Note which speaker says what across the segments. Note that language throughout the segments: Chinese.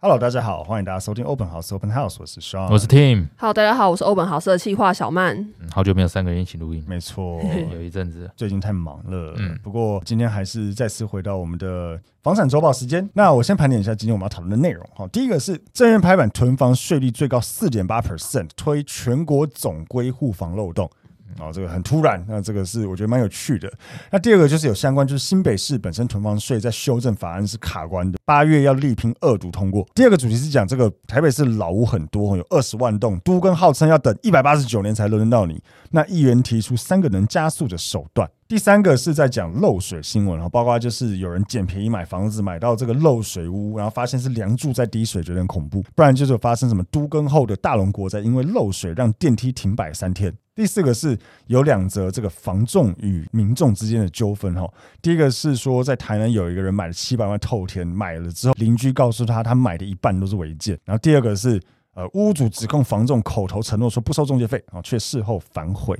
Speaker 1: Hello，大家好，欢迎大家收听欧本豪斯 Open House，我是 Sean，
Speaker 2: 我是 Tim，
Speaker 3: 好，大家好，我是欧本豪社的企划小曼。
Speaker 2: 嗯好久没有三个人一起录音，
Speaker 1: 没 错，
Speaker 2: 有一阵子了。
Speaker 1: 最近太忙了。
Speaker 2: 嗯
Speaker 1: 不过今天还是再次回到我们的房产周报时间。那我先盘点一下今天我们要讨论的内容哈。第一个是正院拍板囤房税率最高四点八 percent，推全国总归户房漏洞。哦，这个很突然，那这个是我觉得蛮有趣的。那第二个就是有相关，就是新北市本身囤房税在修正法案是卡关的，八月要力拼二读通过。第二个主题是讲这个台北市老屋很多，有二十万栋，都跟号称要等一百八十九年才轮得到你。那议员提出三个能加速的手段。第三个是在讲漏水新闻，然后包括就是有人捡便宜买房子，买到这个漏水屋，然后发现是梁柱在滴水，觉得很恐怖。不然就是有发生什么都更后的大龙国在因为漏水让电梯停摆三天。第四个是有两则这个房仲与民众之间的纠纷哈。第一个是说在台南有一个人买了七百万透天，买了之后邻居告诉他他买的一半都是违建。然后第二个是呃屋主指控房仲口头承诺说不收中介费啊，却事后反悔。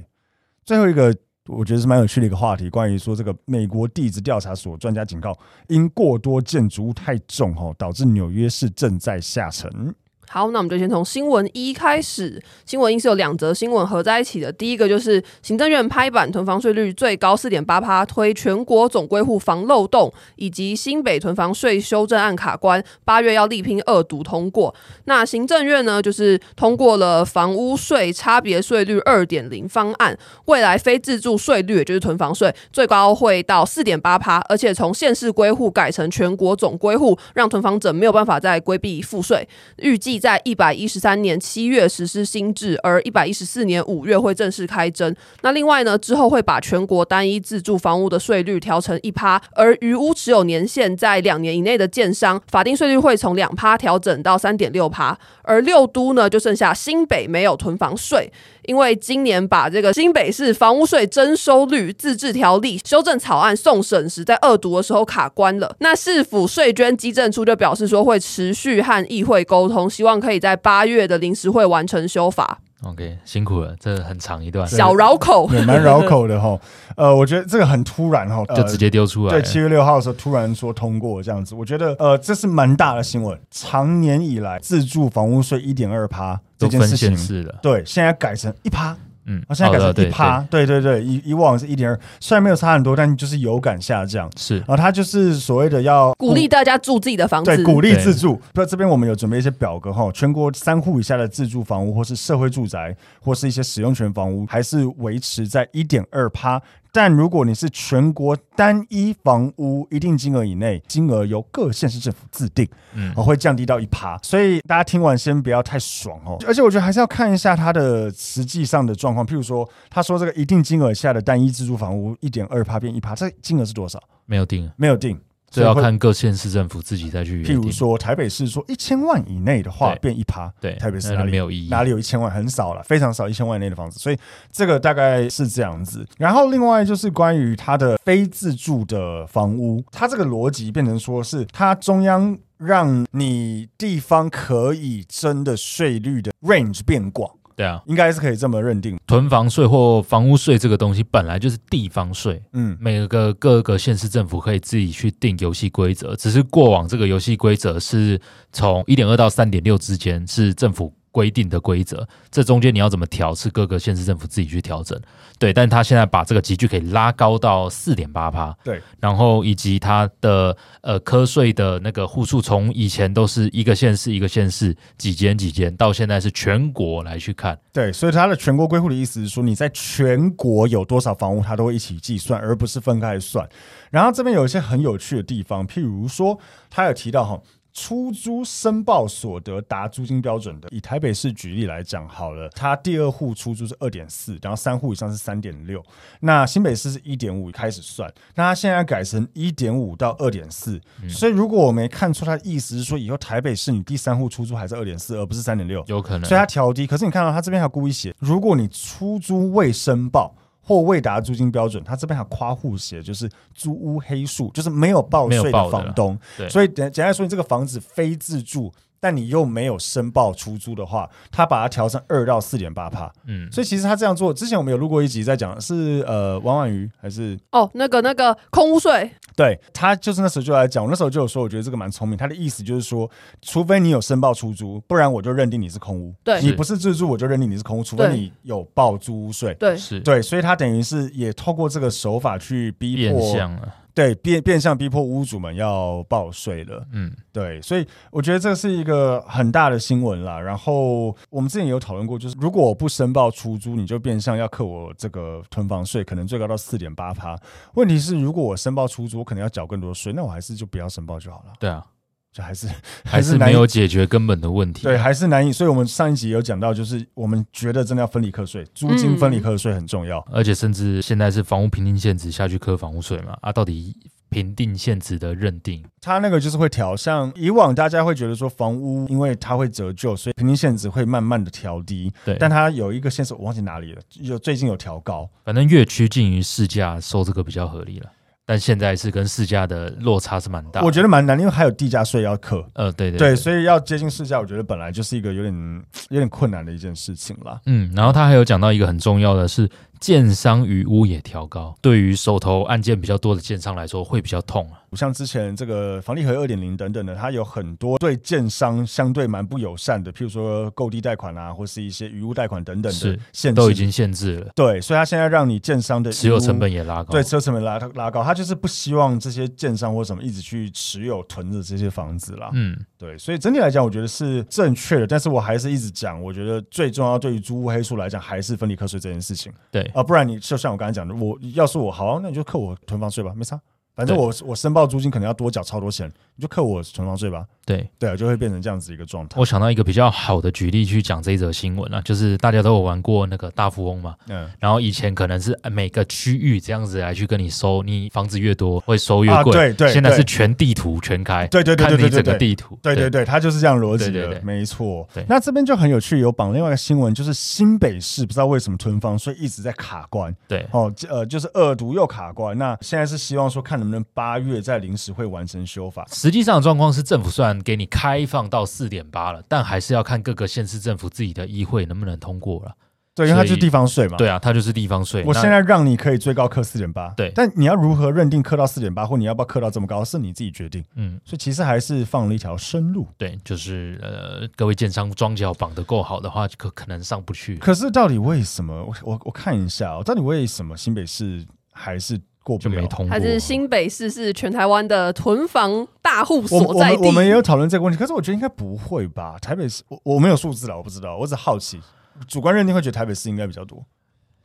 Speaker 1: 最后一个我觉得是蛮有趣的一个话题，关于说这个美国地质调查所专家警告，因过多建筑物太重哈，导致纽约市正在下 沉。
Speaker 3: 好，那我们就先从新闻一开始。新闻一是有两则新闻合在一起的。第一个就是行政院拍板囤房税率最高四点八趴，推全国总归户房漏洞，以及新北囤房税修正案卡关，八月要力拼二读通过。那行政院呢，就是通过了房屋税差别税率二点零方案，未来非自住税率，也就是囤房税，最高会到四点八趴，而且从县市归户改成全国总归户，让囤房者没有办法再规避赋税。预计在一百一十三年七月实施新制，而一百一十四年五月会正式开征。那另外呢，之后会把全国单一自住房屋的税率调成一趴，而余屋持有年限在两年以内的建商，法定税率会从两趴调整到三点六趴。而六都呢，就剩下新北没有囤房税，因为今年把这个新北市房屋税征收率自治条例修正草案送审时，在二读的时候卡关了。那市府税捐基政处就表示说，会持续和议会沟通，希望可以在八月的临时会完成修法。
Speaker 2: OK，辛苦了，这很长一段，
Speaker 3: 小绕口，
Speaker 1: 也蛮绕口的哈。呃，我觉得这个很突然哈，呃
Speaker 2: 就直接丢出来了。
Speaker 1: 对，七月六号的时候突然说通过这样子，我觉得呃这是蛮大的新闻。常年以来，自住房屋税一点二趴这
Speaker 2: 都
Speaker 1: 件
Speaker 2: 分
Speaker 1: 事
Speaker 2: 县
Speaker 1: 情，
Speaker 2: 市了。
Speaker 1: 对，现在改成一趴，
Speaker 2: 嗯，
Speaker 1: 啊，现在改
Speaker 2: 哦
Speaker 1: 成
Speaker 2: 对
Speaker 1: 一趴，对对对，以以往是一点二，虽然没有差很多，但就是有感下降。
Speaker 2: 对是
Speaker 1: 然后它就是所谓的要
Speaker 3: 鼓励大家住自己的房子
Speaker 1: 对，。鼓励
Speaker 2: 对
Speaker 1: 自住。那这边我们有准备一些表格哈，全国三户以下的自住房屋，或是社会住宅，或是一些使用权房屋，还是维持在一点二趴。但如果你是全国单一房屋一定金额以内，金额由各县市政府自定，
Speaker 2: 嗯
Speaker 1: 哦，会降低到一趴。所以大家听完先不要太爽哦。而且我觉得还是要看一下它的实际上的状况，譬如说他说这个一定金额以下的单一自住房屋一点二趴变一趴，这金额是多少？
Speaker 2: 没有定，
Speaker 1: 没有定。
Speaker 2: 这要
Speaker 1: 所以会
Speaker 2: 看各县市政府自己再去
Speaker 1: 譬
Speaker 2: 约
Speaker 1: 如
Speaker 2: 定。
Speaker 1: 说台北市说一千万以内的话，
Speaker 2: 对
Speaker 1: 变一趴，
Speaker 2: 对，
Speaker 1: 台北市
Speaker 2: 那
Speaker 1: 哪
Speaker 2: 就
Speaker 1: 里
Speaker 2: 没有意义。
Speaker 1: 哪里有一千万很少了，非常少一千万以内的房子，所以这个大概是这样子。然后另外就是关于它的非自住的房屋，它这个逻辑变成说是它中央让你地方可以征的税率的 range 变广，
Speaker 2: 对啊，
Speaker 1: 应该是可以这么认定。
Speaker 2: 囤房税或房屋税这个东西本来就是地方税，
Speaker 1: 嗯，
Speaker 2: 每个各个县市政府可以自己去定游戏规则，只是过往这个游戏规则是从一点二到三点六之间是政府。规定的规则，这中间你要怎么调是各个县市政府自己去调整。对，但他现在把这个集距可以拉高到四点八趴，
Speaker 1: 对，
Speaker 2: 然后以及它的呃科税的那个户数，从以前都是一个县市一个县市几间几间，到现在是全国来去看。
Speaker 1: 对，所以它的全国归户的意思是说，你在全国有多少房屋，它都会一起计算，而不是分开算。然后这边有一些很有趣的地方，譬如说，他有提到哈，出租申报所得达租金标准的，以台北市举例来讲好了，它第二户出租是二点四，然后三户以上是三点六，那新北市是一点五开始算，那它现在改成一点五到二点四，所以如果我没看错，它的意思是说，以后台北市你第三户出租还是二点四，而不是三点六，
Speaker 2: 有可能
Speaker 1: 所以，它调低。可是你看到它这边还故意写，如果你出租未申报或未达租金标准，它这边还夸户写就是租屋黑数，就是没有报
Speaker 2: 没有
Speaker 1: 税
Speaker 2: 报的
Speaker 1: 房东。
Speaker 2: 对
Speaker 1: 所以简简单来说，你这个房子非自住。但你又没有申报出租的话，它把它调成二到四点八帕，
Speaker 2: 嗯，
Speaker 1: 所以其实他这样做，之前我们有录过一集在讲，是呃王婉瑜还是
Speaker 3: 哦，那个那个空屋税，
Speaker 1: 对他就是那时候就来讲，我那时候就有说，我觉得这个蛮聪明。他的意思就是说，除非你有申报出租，不然我就认定你是空屋。
Speaker 3: 对
Speaker 1: 你不是自住，我就认定你是空屋，除非
Speaker 3: 对
Speaker 1: 你有报租屋税。
Speaker 3: 对，
Speaker 2: 是
Speaker 1: 对，所以他等于是也透过这个手法去逼
Speaker 2: 变
Speaker 1: 迫，
Speaker 2: 相了，
Speaker 1: 对变变相逼迫屋主们要报税了。
Speaker 2: 嗯，
Speaker 1: 对，所以我觉得这是一个很大的新闻啦。然后我们之前也有讨论过，就是如果我不申报出租，你就变相要课我这个囤房税，可能最高到四点八趴。问题是，如果我申报出租，我可能要缴更多税，那我还是就不要申报就好了，
Speaker 2: 对啊，
Speaker 1: 就还是
Speaker 2: 还是
Speaker 1: 难
Speaker 2: 没
Speaker 1: 以
Speaker 2: 有解决根本的问题。
Speaker 1: 对，还是难以。所以我们上一集有讲到，就是我们觉得真的要分离课税，租金分离课税很重要。
Speaker 2: 而且甚至现在是房屋评定限值下去科房屋税嘛，啊，到底评定限值的认定，
Speaker 1: 它那个就是会调，像以往大家会觉得说房屋，因为它会折旧，所以平均限值会慢慢的调低。
Speaker 2: 对，
Speaker 1: 但它有一个限制，我忘记哪里了，有最近有调高。
Speaker 2: 反正越趋近于市价收这个比较合理了，但现在是跟市价的落差是蛮大的。
Speaker 1: 我觉得蛮难，因为还有地价税要课。
Speaker 2: 呃，对对
Speaker 1: 对，所以要接近市价，我觉得本来就是一个有点有点困难的一件事情啦。
Speaker 2: 嗯，然后他还有讲到一个很重要的是，建商与屋也调高，对于手头案件比较多的建商来说会比较痛啊。
Speaker 1: 像之前这个房地合二点零等等的，它有很多对建商相对蛮不友善的，譬如说购地贷款啊，或是一些余屋贷款等等的
Speaker 2: 是
Speaker 1: 限制，
Speaker 2: 都已经限制了，
Speaker 1: 对，所以它现在让你建商的
Speaker 2: 持有
Speaker 1: 余屋
Speaker 2: 成本也拉高。
Speaker 1: 对，持有成本拉拉高，他就是不希望这些建商或什么一直去持有囤着这些房子啦。
Speaker 2: 嗯，
Speaker 1: 对，所以整体来讲，我觉得是正确的，但是我还是一直讲，我觉得最重要对于租屋黑数来讲，还是分离课税这件事情
Speaker 2: 对
Speaker 1: 啊、，不然你就像我刚才讲的，我要是我好，那你就扣我囤房税吧，没差。反正
Speaker 2: 对
Speaker 1: 我我申报租金可能要多缴超多钱，你就扣我囤房税吧。
Speaker 2: 对。
Speaker 1: 对啊，就会变成这样子一个状态。
Speaker 2: 我想到一个比较好的举例去讲这一则新闻啊，就是大家都有玩过那个大富翁嘛，
Speaker 1: 嗯，
Speaker 2: 然后以前可能是每个区域这样子来去跟你收，你房子越多会收越
Speaker 1: 啊
Speaker 2: 贵。
Speaker 1: 对对
Speaker 2: 现在
Speaker 1: 对
Speaker 2: 是全地图全开，
Speaker 1: 对对对对
Speaker 2: 看
Speaker 1: 对
Speaker 2: 你
Speaker 1: 对
Speaker 2: 整
Speaker 1: 对
Speaker 2: 个地图。
Speaker 1: 对对对，它就是这样逻辑
Speaker 2: 对对
Speaker 1: 的，
Speaker 2: 对
Speaker 1: 没错
Speaker 2: 对。
Speaker 1: 那这边就很有趣，有绑另外一个新闻，就是新北市不知道为什么囤房税一直在卡关
Speaker 2: 对
Speaker 1: 哦，这呃，就是恶毒又卡关。那现在是希望说看能不能八月在临时会完成修法。
Speaker 2: 实际上的状况是，政府虽然给你开放到四点八了，但还是要看各个县市政府自己的议会能不能通过了。
Speaker 1: 对，因为它
Speaker 2: 所以
Speaker 1: 是地方税嘛。，
Speaker 2: 对啊，它就是地方税。
Speaker 1: 我
Speaker 2: 那
Speaker 1: 现在让你可以最高课四点八，
Speaker 2: 对
Speaker 1: 但你要如何认定课到四点八，或你要不要课到这么高，是你自己决定。
Speaker 2: 嗯，
Speaker 1: 所以其实还是放了一条生路。
Speaker 2: 对，就是呃，各位建商庄脚绑得够好的话，可可能上不去，
Speaker 1: 可是到底为什么？我我我看一下、哦，到底为什么新北市还是过不
Speaker 2: 就
Speaker 1: 了？
Speaker 2: 没通过。
Speaker 3: 还是新北市是全台湾的囤房大户
Speaker 1: 我
Speaker 3: 所
Speaker 1: 我
Speaker 3: 在
Speaker 1: 们
Speaker 3: 地。
Speaker 1: 我们也有讨论这个问题，可是我觉得应该不会吧？台北市我我没有数字了，我不知道，我只好奇，主观认定会觉得台北市应该比较多，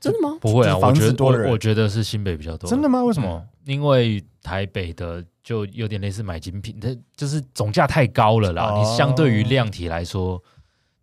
Speaker 3: 真的吗？
Speaker 2: 不会啊，
Speaker 1: 就是房
Speaker 2: 我觉
Speaker 1: 子
Speaker 2: 得
Speaker 1: 多的人
Speaker 2: 我我觉得是新北比较多。
Speaker 1: 真的吗？为
Speaker 2: 为
Speaker 1: 什么？？
Speaker 2: 因为台北的就有点类似买精品，它就是总价太高了啦。
Speaker 1: 哦
Speaker 2: 你相对于量体来说，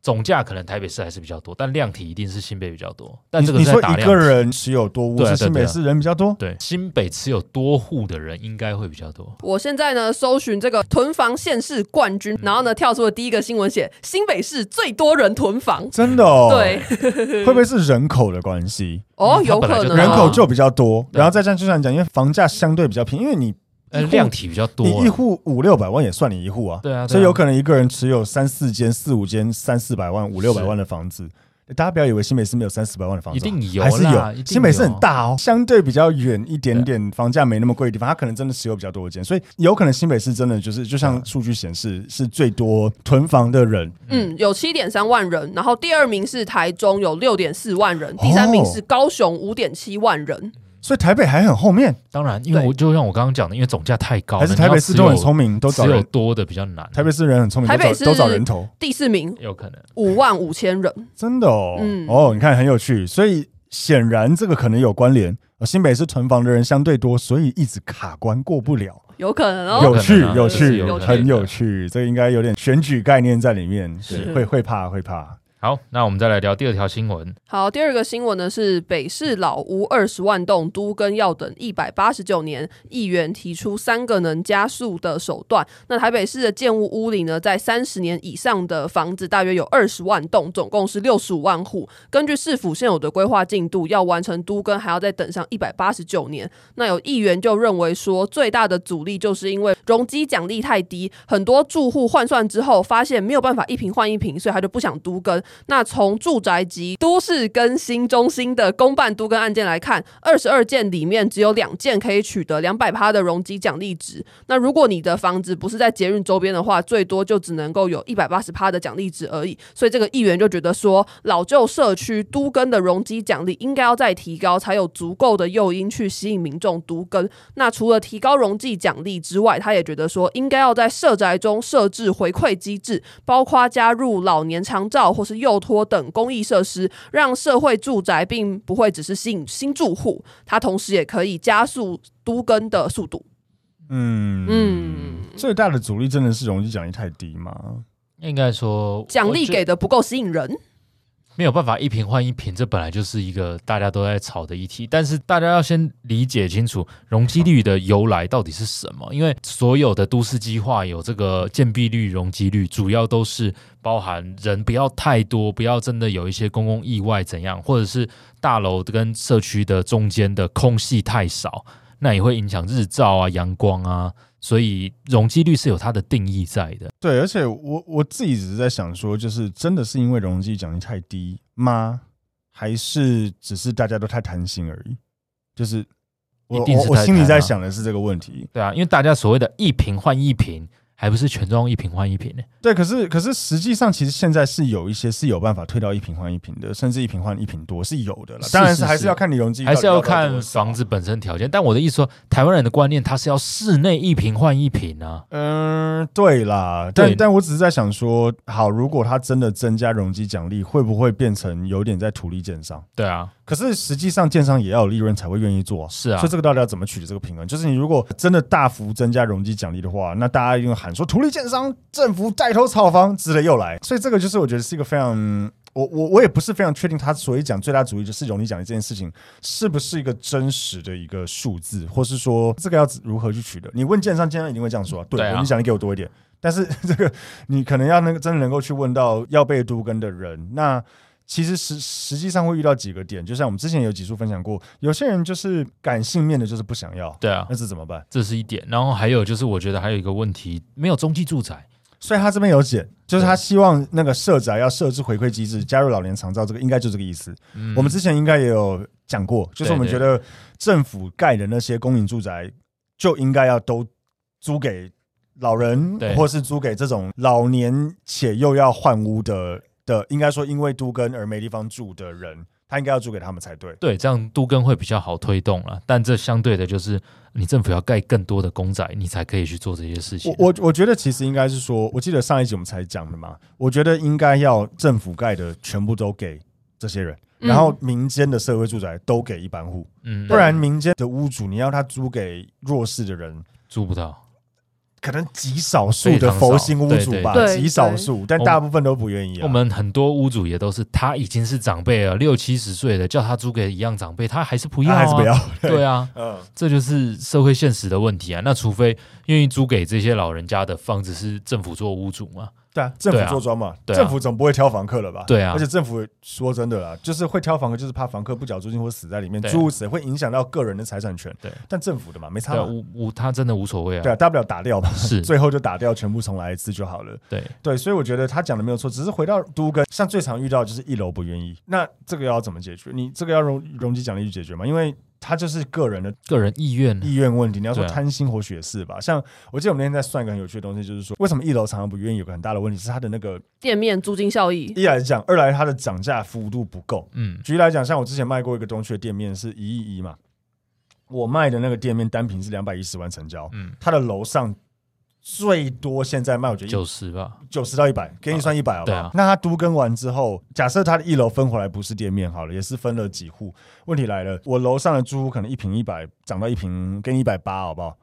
Speaker 2: 总价可能台北市还是比较多，但量体一定是新北比较多。但
Speaker 1: 你
Speaker 2: 这个
Speaker 1: 你
Speaker 2: 是在
Speaker 1: 说
Speaker 2: 打
Speaker 1: 一
Speaker 2: 量
Speaker 1: 个
Speaker 2: 体
Speaker 1: 人持有多屋
Speaker 2: 对啊
Speaker 1: 是
Speaker 2: 对啊
Speaker 1: 新北市人比较多，
Speaker 2: 对，新北持有多户的人应该会比较多。
Speaker 3: 我现在呢，搜寻这个囤房县市冠军，然后呢，跳出了第一个新闻写新北市最多人囤房。
Speaker 1: 真的哦，，
Speaker 3: 对，
Speaker 1: 会不会是人口的关系？
Speaker 3: 哦，
Speaker 2: 嗯
Speaker 3: 有
Speaker 2: 它本来
Speaker 3: 可
Speaker 2: 就
Speaker 3: 能啊
Speaker 1: 人口就比较多，
Speaker 2: 对
Speaker 1: 然后再这样就算讲，因为房价相对比较便宜，因为你
Speaker 2: 呃
Speaker 1: 一，户
Speaker 2: 量体比较多
Speaker 1: 你一
Speaker 2: 啊。
Speaker 1: 户五六百万也算你一户啊，
Speaker 2: 对啊对啊
Speaker 1: 所以有可能一个人持有三四间、四五间、三四百万、五六百万的房子，大家不要以为新北市没有三四百万的房子哦，
Speaker 2: 一定有
Speaker 1: 还是
Speaker 2: 啦一
Speaker 1: 有。
Speaker 2: 定
Speaker 1: 新北市很
Speaker 2: 有
Speaker 1: 大哦，相对比较远一点点，房价没那么贵的地方，它可能真的持有比较多的间，所以有可能新北市真的就是，就像数据显示，是最多囤房的人。
Speaker 3: 嗯，有七点三万人，然后第二名是台中，有六点四万人，第三名是高雄，五点七万人。
Speaker 1: 所以台北还很后面，
Speaker 2: 当然，因为
Speaker 3: 对
Speaker 2: 我就像我刚刚讲的，因为总价太高了，
Speaker 1: 还是台北市都很聪明，都
Speaker 2: 你
Speaker 1: 找
Speaker 2: 要哦只有，只有
Speaker 1: 人。
Speaker 2: 多的比较难。
Speaker 1: 台北市人很聪明，
Speaker 3: 台
Speaker 1: 都
Speaker 3: 北
Speaker 1: 找
Speaker 3: 市
Speaker 1: 都找人头，
Speaker 3: 第四名
Speaker 2: 有可能，
Speaker 3: 五万五千人，
Speaker 1: 真的哦。
Speaker 3: 嗯
Speaker 1: 哦，你看很有趣，所以显然这个可能有关联。呃新北市囤房的人相对多，所以一直卡关过不了。
Speaker 3: 有可能哦。
Speaker 1: 有趣
Speaker 2: 可能，啊
Speaker 1: 有
Speaker 2: 这是
Speaker 1: 趣，
Speaker 2: 有
Speaker 3: 可能的
Speaker 1: 很有趣，这应该有点选举概念在里面，对
Speaker 3: 是
Speaker 1: 会会怕会怕。
Speaker 2: 好，那我们再来聊第二条新闻。
Speaker 3: 好，第二个新闻呢是北市老屋二十万栋都更要等一百八十九年，议员提出三个能加速的手段。那台北市的建物屋里呢，在三十年以上的房子大约有二十万栋，总共是六十五万户。根据市府现有的规划进度，要完成都更还要再等上一百八十九年。那有议员就认为说，最大的阻力就是因为容积奖励太低，很多住户换算之后发现没有办法一平换一平，所以他就不想都更。那从住宅及都市更新中心的公办都更案件来看，二十二件里面只有两件可以取得两百趴的容积奖励值。那如果你的房子不是在捷运周边的话，最多就只能够有一百八十趴的奖励值而已。所以这个议员就觉得说，老旧社区都更的容积奖励应该要再提高，才有足够的诱因去吸引民众都更。那除了提高容积奖励之外，他也觉得说，应该要在社宅中设置回馈机制，包括加入老年长照或是幼托等公益设施，让社会住宅并不会只是吸引新住户，它同时也可以加速都更的速度。
Speaker 1: 嗯
Speaker 3: 嗯，
Speaker 1: 最大的阻力真的是容积奖励太低嘛？
Speaker 2: 应该说，
Speaker 3: 奖
Speaker 2: 我
Speaker 3: 励
Speaker 2: 觉
Speaker 3: 给的不够吸引人。
Speaker 2: 没有办法一瓶换一瓶，这本来就是一个大家都在吵的议题。但是大家要先理解清楚容积率的由来到底是什么，因为所有的都市计划有这个建蔽率、容积率，主要都是包含人不要太多，不要真的有一些公共意外怎样，或者是大楼跟社区的中间的空隙太少，那也会影响日照啊、阳光啊，所以容积率是有它的定义在的。
Speaker 1: 对，而且我我自己只是在想说，就是真的是因为容积奖励太低吗？还是只是大家都太贪心而已？就是我
Speaker 2: 一定
Speaker 1: 我
Speaker 2: 是
Speaker 1: 我
Speaker 2: 太
Speaker 1: 心里
Speaker 2: 贪
Speaker 1: 在
Speaker 2: 啊
Speaker 1: 想的是这个问题。
Speaker 2: 对啊，因为大家所谓的一瓶换一瓶，还不是全装一瓶换一瓶呢、
Speaker 1: 对，可是可是实际上，其实现在是有一些是有办法退到一瓶换一瓶的，甚至一瓶换一瓶多是有的了。
Speaker 2: 是
Speaker 1: 当然
Speaker 2: 是
Speaker 1: 还是
Speaker 2: 是
Speaker 1: 要看你容积到
Speaker 2: 还
Speaker 1: 底
Speaker 2: 是
Speaker 1: 要
Speaker 2: 要
Speaker 1: 不要多
Speaker 2: 看
Speaker 1: 少啊
Speaker 2: 房子本身条件。但我的意思说，台湾人的观念，它是要室内一平换一平啊。
Speaker 1: 嗯，对啦，但
Speaker 2: 对
Speaker 1: 但我只是在想说，好，如果它真的增加容积奖励，会不会变成有点在图利建商？
Speaker 2: 对啊，
Speaker 1: 可是实际上，建商也要有利润才会愿意做、
Speaker 2: 是啊
Speaker 1: 所以这个到底要怎么取得这个平衡？就是你如果真的大幅增加容积奖励的话，那大家因为喊说图利建商、政府带头炒房之类又来，所以这个就是我觉得是一个非常。我我我也不是非常确定，他所以讲最大主义就是容积奖励这件事情是不是一个真实的一个数字，或是说这个要如何去取得？你问建商，建商一定会这样说、啊，对，
Speaker 2: 对啊
Speaker 1: 容积奖励给我多一点。但是这个你可能要那个真的能够去问到要被都跟的人，那其实实实际上会遇到几个点，就像我们之前有几处分享过，有些人就是感性面的，就是不想要，
Speaker 2: 对啊，
Speaker 1: 那是怎么办？
Speaker 2: 这是一点。然后还有就是，我觉得还有一个问题，没有中继住宅。
Speaker 1: 所以他这边有写，就是他希望那个社宅要设置回馈机制，加入老年长照，这个应该就这个意思。
Speaker 2: 嗯
Speaker 1: 我们之前应该也有讲过，就是我们
Speaker 2: 对
Speaker 1: 觉
Speaker 2: 对
Speaker 1: 得政府盖的那些公营住宅就应该要都租给老人，
Speaker 2: 对
Speaker 1: 或是租给这种老年且又要换屋的的，应该说因为都跟而没地方住的人，他应该要租给他们才对。
Speaker 2: 对这样都更会比较好推动了。但这相对的就是，你政府要盖更多的公宅，你才可以去做这些事情
Speaker 1: 我。我我觉得其实应该是说，我记得上一集我们才讲的嘛，我觉得应该要政府盖的全部都给这些人，
Speaker 3: 嗯
Speaker 1: 然后民间的社会住宅都给一般户，
Speaker 2: 嗯，
Speaker 1: 不然民间的屋主你要他租给弱势的人。
Speaker 2: 租不到。
Speaker 1: 可能极少数
Speaker 2: 非
Speaker 1: 的
Speaker 2: 常少
Speaker 1: 佛心屋主吧
Speaker 3: 对，对对
Speaker 1: 极少数，但
Speaker 2: 我们
Speaker 1: 大部分都不愿意、啊。
Speaker 2: 我们很多屋主也都是，他已经是长辈了，六七十岁了，叫他租给一样长辈，他还是不要、
Speaker 1: 他
Speaker 2: 啊，
Speaker 1: 还是不要。
Speaker 2: 对啊，
Speaker 1: 嗯，
Speaker 2: 这就是社会现实的问题啊。那除非愿意租给这些老人家的房子是政府做屋主嘛？
Speaker 1: 对啊，政府
Speaker 2: 对啊
Speaker 1: 做庄嘛，
Speaker 2: 对啊
Speaker 1: 政府总不会挑房客了吧？
Speaker 2: 对啊
Speaker 1: 而且政府说真的啦，就是会挑房客，就是怕房客不缴租金或死在里面，
Speaker 2: 对啊
Speaker 1: 诸如此类会影响到个人的财产权。
Speaker 2: 对，
Speaker 1: 但政府的嘛，没差
Speaker 2: 对啊，
Speaker 1: 嘛，
Speaker 2: 无无他真的无所谓
Speaker 1: 对
Speaker 2: 啊，
Speaker 1: 啊，大不了打掉吧，
Speaker 2: 是
Speaker 1: 最后就打掉，全部重来一次就好了。
Speaker 2: 对
Speaker 1: 对，所以我觉得他讲的没有错，只是回到都跟像最常遇到就是一楼不愿意，那这个要怎么解决？你这个要容容积奖励去解决嘛？因为他就是个人的
Speaker 2: 个人意愿
Speaker 1: 意愿问题。你要说
Speaker 2: 对啊
Speaker 1: 贪心，或许也是吧。像我记得我们那天在算一个很有趣的东西，就是说为什么一楼常常不愿意，有个很大的问题是它的那个
Speaker 3: 店面租金效益，
Speaker 1: 一来讲，二来它的涨价幅度不够。
Speaker 2: 嗯
Speaker 1: 举例来讲，像我之前卖过一个东区的店面是一亿一嘛，我卖的那个店面单品是两百一十万成交，
Speaker 2: 嗯，
Speaker 1: 它的楼上最多现在卖我觉得
Speaker 2: 九十吧，
Speaker 1: 九十到一百，给你算一百好不好？
Speaker 2: 对啊
Speaker 1: 那它都更完之后，假设它的一楼分回来不是店面好了，也是分了几户。问题来了，我楼上的住户可能一平一百涨到一平，给你一百八好不好？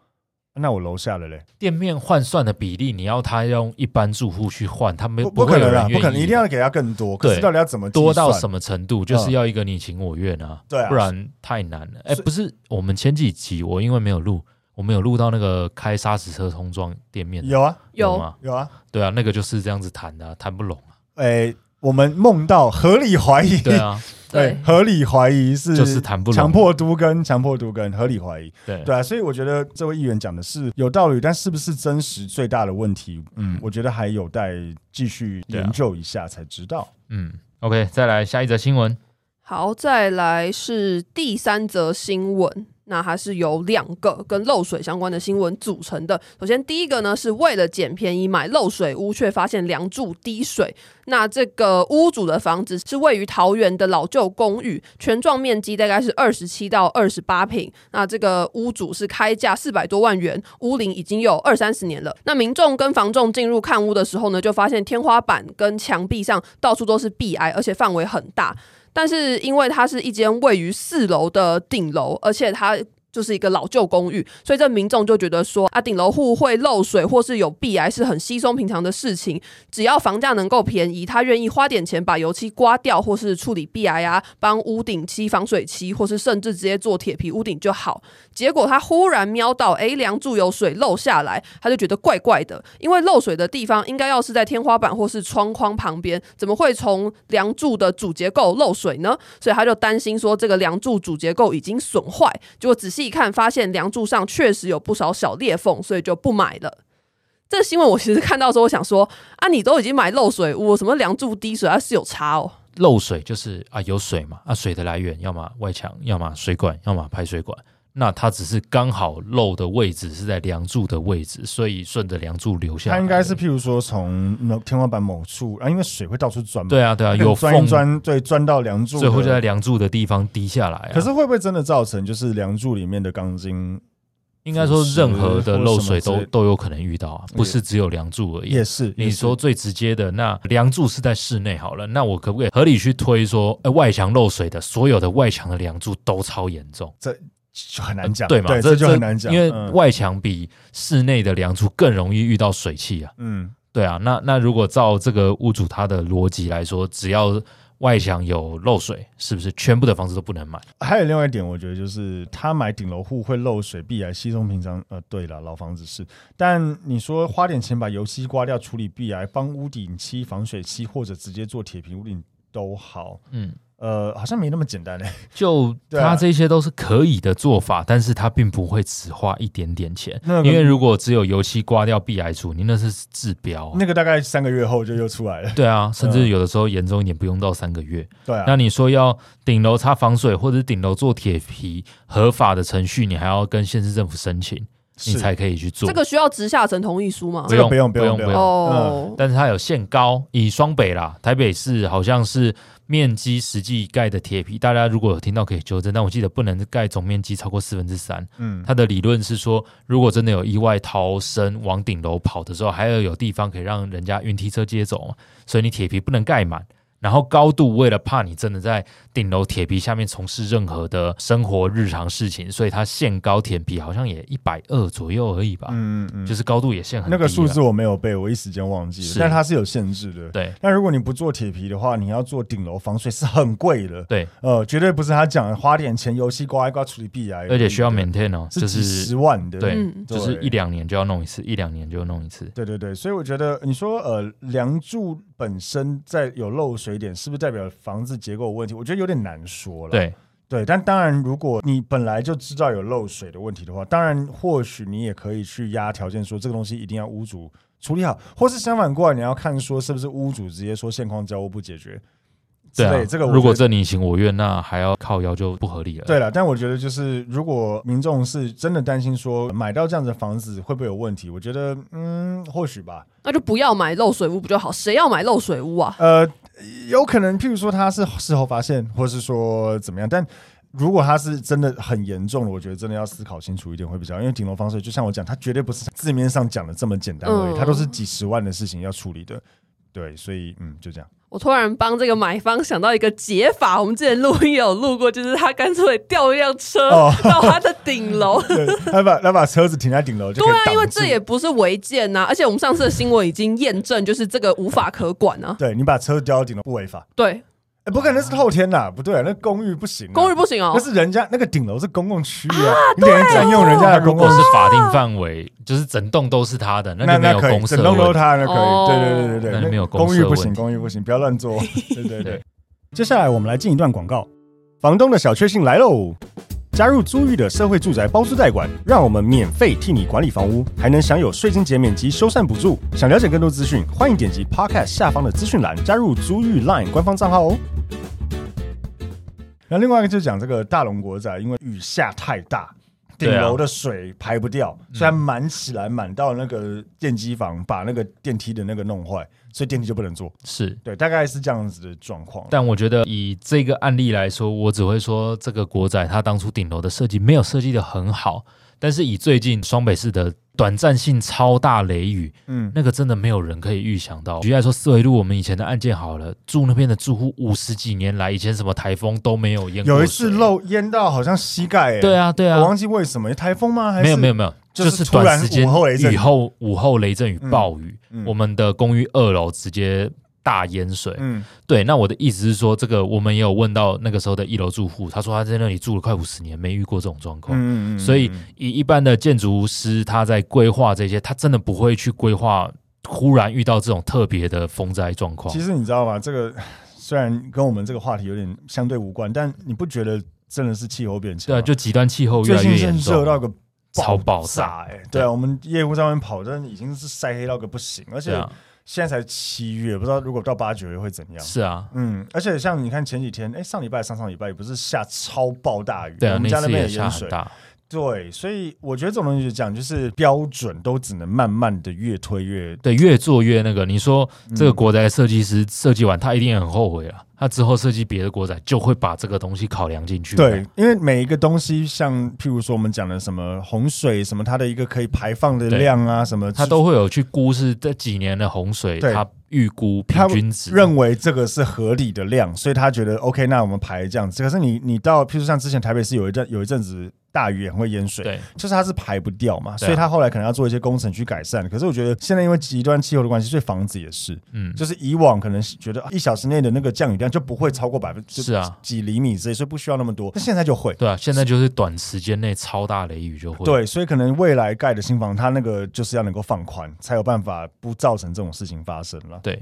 Speaker 1: 那我楼下的嘞，
Speaker 2: 店面换算的比例，你要他用一般住户去换，他没
Speaker 1: 不
Speaker 2: 不
Speaker 1: 不可
Speaker 2: 会有
Speaker 1: 能啊，
Speaker 2: 人愿
Speaker 1: 不
Speaker 2: 意
Speaker 1: 可能，一定要
Speaker 2: 的
Speaker 1: 给他更多。可是
Speaker 2: 对
Speaker 1: 到底要怎么计
Speaker 2: 多到
Speaker 1: 算
Speaker 2: 什么程度，就是要一个你情我愿啊，
Speaker 1: 对啊
Speaker 2: 不然太难了。哎，
Speaker 1: 所以
Speaker 2: 不是，我们前几集我因为没有录，我们有录到那个开砂石车通装店面的
Speaker 1: 有啊
Speaker 3: 有
Speaker 2: 吗？
Speaker 1: 有啊，
Speaker 2: 对啊，那个就是这样子谈的啊，谈不拢 啊。
Speaker 1: 诶、我们梦到合理怀疑，
Speaker 2: 对啊，
Speaker 1: 对，
Speaker 3: 对
Speaker 1: 合理怀疑是
Speaker 2: 就是谈不拢
Speaker 1: 强迫都跟强迫都跟合理怀疑，
Speaker 2: 对
Speaker 1: 对啊，所以我觉得这位议员讲的是有道理，但是不是真实最大的问题，嗯，我觉得还有待继续
Speaker 2: 对啊
Speaker 1: 研究一下才知道。
Speaker 2: 嗯，OK，再来下一则新闻。
Speaker 3: 好，再来是第三则新闻，那它是由两个跟漏水相关的新闻组成的。首先，第一个呢是为了捡便宜买漏水屋，却发现梁柱滴水。那这个屋主的房子是位于桃园的老旧公寓，全幢面积大概是二十七到二十八平。那这个屋主是开价四百多万元，屋龄已经有二三十年了。那民众跟房仲进入看屋的时候呢，就发现天花板跟墙壁上到处都是壁癌，而且范围很大。但是因为它是一间位于四楼的顶楼，而且它。就是一个老旧公寓，所以这民众就觉得说啊，顶楼户会漏水或是有壁癌是很稀松平常的事情。只要房价能够便宜，他愿意花点钱把油漆刮掉，或是处理壁癌啊，帮屋顶漆防水漆，或是甚至直接做铁皮屋顶就好。结果他忽然瞄到，哎，梁柱有水漏下来，他就觉得怪怪的，因为漏水的地方应该要是在天花板或是窗框旁边，怎么会从梁柱的主结构漏水呢？所以他就担心说这个梁柱主结构已经损坏，结果仔细一看，发现梁柱上确实有不少小裂缝，所以就不买了。这新闻我其实看到的时候，我想说啊，你都已经买漏水屋，什么梁柱滴水，它是有差哦。
Speaker 2: 漏水就是啊有水嘛，啊水的来源要么外墙，要么水管，要么排水管。那它只是刚好漏的位置是在梁柱的位置，所以顺着梁柱流下来。
Speaker 1: 它应该是譬如说从某天花板某处啊，因为水会到处钻嘛，
Speaker 2: 对啊对
Speaker 1: 它
Speaker 2: 啊，
Speaker 1: 可能
Speaker 2: 有
Speaker 1: 钻
Speaker 2: 缝
Speaker 1: 一，钻，对，钻到梁柱的，
Speaker 2: 最后就在梁柱的地方滴下来、啊。
Speaker 1: 可是会不会真的造成就是梁柱里面的钢筋
Speaker 2: 应该说任何的漏水
Speaker 1: 或什么之
Speaker 2: 都
Speaker 1: 类
Speaker 2: 都有可能遇到啊，不是只有梁柱而已
Speaker 1: 也。是？也
Speaker 2: 你
Speaker 1: 是
Speaker 2: 说最直接的，那梁柱是在室内好了，那我可不可以合理去推说，哎，外墙漏水的所有的外墙的梁柱都超严重？
Speaker 1: 就很难讲，
Speaker 2: 呃对嘛？
Speaker 1: 这就很难讲，
Speaker 2: 因为
Speaker 1: 嗯
Speaker 2: 外墙比室内的梁柱更容易遇到水汽啊。
Speaker 1: 嗯，
Speaker 2: 对啊，那那如果照这个屋主他的逻辑来说，只要外墙有漏水，是不是全部的房子都不能买？
Speaker 1: 还有另外一点，我觉得就是他买顶楼户会漏水，必然稀松平常。呃，对了，老房子是，但你说花点钱把油漆刮掉，处理壁癌，帮屋顶漆防水漆，或者直接做铁皮屋顶都好，
Speaker 2: 嗯，
Speaker 1: 呃，好像没那么简单嘞、
Speaker 2: 就
Speaker 1: 对啊
Speaker 2: 他这些都是可以的做法，但是他并不会只花一点点钱，
Speaker 1: 那个
Speaker 2: 因为如果只有油漆刮掉壁癌除，你那是治标啊、
Speaker 1: 那个呃大概三个月后就又出来了，
Speaker 2: 对啊，甚至有的时候严重一点不用到三个月。
Speaker 1: 对啊
Speaker 2: 那，你说要顶楼擦防水或者顶楼做铁皮，合法的程序你还要跟县市政府申请，你
Speaker 1: 是
Speaker 2: 才可以去做。
Speaker 3: 这个需要直下层同意书吗
Speaker 2: 不？
Speaker 1: 这个
Speaker 2: 用
Speaker 1: 不用
Speaker 2: 不用
Speaker 1: 不
Speaker 2: 不用
Speaker 1: 嗯
Speaker 3: 哦，
Speaker 2: 但是它有限高，以双北啦，台北市好像是面积实际盖的铁皮，大家如果有听到可以纠正，但我记得不能盖总面积超过四分之三。
Speaker 1: 嗯，
Speaker 2: 它的理论是说，如果真的有意外逃生往顶楼跑的时候，还要有地方可以让人家云梯车接走嘛，所以你铁皮不能盖满，然后高度为了怕你真的在顶楼铁皮下面从事任何的生活日常事情，所以它限高铁皮好像也一百二左右而已吧，
Speaker 1: 嗯嗯，
Speaker 2: 就是是高度也限很低
Speaker 1: 那
Speaker 2: 了
Speaker 1: 个数字我没有背，我一时间忘记了，
Speaker 2: 哦是
Speaker 1: 但它是有限制的。
Speaker 2: 对
Speaker 1: 那如果你不做铁皮的话，你要做顶楼防水是很贵的，
Speaker 2: 对，
Speaker 1: 呃，绝对不是他讲的花点钱油漆刮一刮处理啊壁癌，
Speaker 2: 而且需要 maintain 哦，
Speaker 1: 是
Speaker 2: 就
Speaker 1: 几
Speaker 2: 是
Speaker 1: 十万的，
Speaker 2: 对，
Speaker 3: 嗯
Speaker 2: 就是一两年就要弄一次，一两年就弄一次。
Speaker 1: 对对对，所以我觉得你说呃，梁柱本身在有漏水点，是不是代表房子结构有问题？我觉得有点难说了。
Speaker 2: 对，
Speaker 1: 对，但当然，如果你本来就知道有漏水的问题的话，当然或许你也可以去压条件说这个东西一定要屋主处理好，或是相反过来，你要看说是不是屋主直接说现况交屋不解决之
Speaker 2: 对啊
Speaker 1: 类。这个我
Speaker 2: 如果
Speaker 1: 觉得
Speaker 2: 这你情我愿，那还要靠腰就不合理了。
Speaker 1: 对了，但我觉得就是，如果民众是真的担心说买到这样子的房子会不会有问题，我觉得嗯，或许吧。
Speaker 3: 那就不要买漏水屋不就好？谁要买漏水屋啊？
Speaker 1: 呃，有可能，譬如说他是事后发现，或是说怎么样，但。如果他是真的很严重的，我觉得真的要思考清楚一点会比较好，因为顶楼防水就像我讲，它绝对不是字面上讲的这么简单而已，
Speaker 3: 嗯
Speaker 1: 它都是几十万的事情要处理的，对，所以嗯，就这 样。
Speaker 3: 我突然帮这个买方想到一个解法，我们之前录音也有录过，就是他干脆调一辆车
Speaker 1: 哦
Speaker 3: 到他的顶 楼。
Speaker 1: 对，他把他把车子停在顶楼就可以
Speaker 3: 对啊，
Speaker 1: 挡
Speaker 3: 因为
Speaker 1: 住
Speaker 3: 这也不是违建呐、而且我们上次的新闻已经验证，就是这个无法可管啊。
Speaker 1: 对你把车子吊到顶楼不违法，
Speaker 3: 对，
Speaker 1: 哎，不可能那是后天啦，不对啊，那公寓不行啊，
Speaker 3: 公寓不行哦
Speaker 1: 那。是人家那个顶楼是公共区域啊，你等于占用人家的
Speaker 2: 如
Speaker 1: 公
Speaker 2: 果
Speaker 1: 共
Speaker 2: 是
Speaker 3: 哦
Speaker 1: 区，
Speaker 2: 法定范围，就是整栋都是他的，
Speaker 1: 那
Speaker 2: 就没有
Speaker 1: 可以，
Speaker 2: 公
Speaker 1: 整
Speaker 2: 社
Speaker 1: 栋都
Speaker 2: 问
Speaker 1: 是
Speaker 2: 题。
Speaker 1: 他那可
Speaker 3: 哦
Speaker 1: 以，对对对对
Speaker 2: 那
Speaker 1: 对，
Speaker 2: 就没有公
Speaker 1: 公寓
Speaker 2: 社
Speaker 1: 不
Speaker 2: 问
Speaker 1: 行，
Speaker 2: 题
Speaker 1: 公寓不行，不要乱做，对对对
Speaker 2: 对。
Speaker 1: 接下来我们来进一段广告，房东的小确幸来喽。加入租遇的社会住宅包租代管，让我们免费替你管理房屋，还能享有税金减免及修缮补助。想了解更多资讯，欢迎点击 Podcast 下方的资讯栏，加入租遇 Line 官方账号哦。那另外一个就是讲这个大龙国宅，因为雨下太大，顶
Speaker 2: 对啊
Speaker 1: 楼的水排不掉，所以它满起来满到那个电机房，把那个电梯的那个弄坏，所以电梯就不能做。
Speaker 2: 是，
Speaker 1: 对，大概是这样子的状况。
Speaker 2: 但我觉得以这个案例来说，我只会说这个国仔他当初顶楼的设计没有设计的很好，但是以最近双北市的短暂性超大雷雨，
Speaker 1: 嗯，
Speaker 2: 那个真的没有人可以预想到。举例来说，四维路我们以前的案件好了，住那边的住户五十几年来，以前什么台风都没有淹过
Speaker 1: 有一次
Speaker 2: 水。
Speaker 1: 漏淹到好像膝盖、欸，
Speaker 2: 对，啊，对啊
Speaker 1: 我，忘记为什么，台风吗？还是
Speaker 2: 没有没有没有，
Speaker 1: 就是
Speaker 2: 是
Speaker 1: 突然
Speaker 2: 短时间
Speaker 1: 午后雷阵雨
Speaker 2: 雨后午后雷阵雨
Speaker 1: 嗯
Speaker 2: 暴雨，
Speaker 1: 嗯
Speaker 2: 我们的公寓二楼直接大淹水。
Speaker 1: 嗯
Speaker 2: 对，那我的意思是说，这个我们也有问到那个时候的一楼住户，他说他在那里住了快五十年，没遇过这种状况。
Speaker 1: 嗯嗯，
Speaker 2: 所以以一般的建筑师，他在规划这些，他真的不会去规划忽然遇到这种特别的风灾状况
Speaker 1: 其。实你知道吗？这个虽然跟我们这个话题有点相对无关，但你不觉得真的是气候变迁
Speaker 2: 对
Speaker 1: 吗？
Speaker 2: 啊，就极端气候
Speaker 1: 最
Speaker 2: 越来
Speaker 1: 近
Speaker 2: 越
Speaker 1: 是
Speaker 2: 严
Speaker 1: 热到
Speaker 2: 重。
Speaker 1: 个
Speaker 2: 超
Speaker 1: 爆
Speaker 2: 爆炸
Speaker 1: 哎、对
Speaker 2: 对
Speaker 1: 啊，我们业务在外面跑，但已经是晒黑到个不行，而
Speaker 2: 对
Speaker 1: 且
Speaker 2: 啊，
Speaker 1: 现在才七月，不知道如果到八九月会怎样。
Speaker 2: 是啊，
Speaker 1: 嗯，而且像你看前几天，哎、上礼拜、上上礼拜也不是下超暴大雨，
Speaker 2: 对啊
Speaker 1: 我，们家那
Speaker 2: 那次
Speaker 1: 边
Speaker 2: 也
Speaker 1: 也
Speaker 2: 下
Speaker 1: 淹
Speaker 2: 很
Speaker 1: 水，
Speaker 2: 大。
Speaker 1: 对，所以我觉得这种东西就讲，就是标准都只能慢慢的越推越，
Speaker 2: 对，越做越那个。你说这个
Speaker 1: 嗯
Speaker 2: 国宅设计师设计完，他一定很后悔了。他之后设计别的国宅，就会把这个东西考量进去。
Speaker 1: 对，，因为每一个东西，像譬如说我们讲的什么洪水，什么它的一个可以排放的
Speaker 2: 对
Speaker 1: 量啊，什么
Speaker 2: 他都会有去估是这几年的洪水，
Speaker 1: 对
Speaker 2: 他预估
Speaker 1: 他
Speaker 2: 平均值。
Speaker 1: 认为这个是合理的量，所以他觉得 OK，那我们排这样子。可是你你到，譬如像之前台北市有一阵有一阵子大雨也很会淹水，
Speaker 2: 对
Speaker 1: 就是它是排不掉嘛，
Speaker 2: 对啊
Speaker 1: 所以他后来可能要做一些工程去改善。可是我觉得现在因为极端气候的关系，所以房子也是，
Speaker 2: 嗯，
Speaker 1: 就是以往可能是觉得啊一小时内的那个降雨量就不会超过百分之
Speaker 2: 是啊
Speaker 1: 几厘米之类，所以不需要那么多。那现在就会。
Speaker 2: 对啊，现在就是短时间内超大雷雨就会。
Speaker 1: 对，所以可能未来盖的新房，它那个就是要能够放宽，才有办法不造成这种事情发生了。
Speaker 2: 对，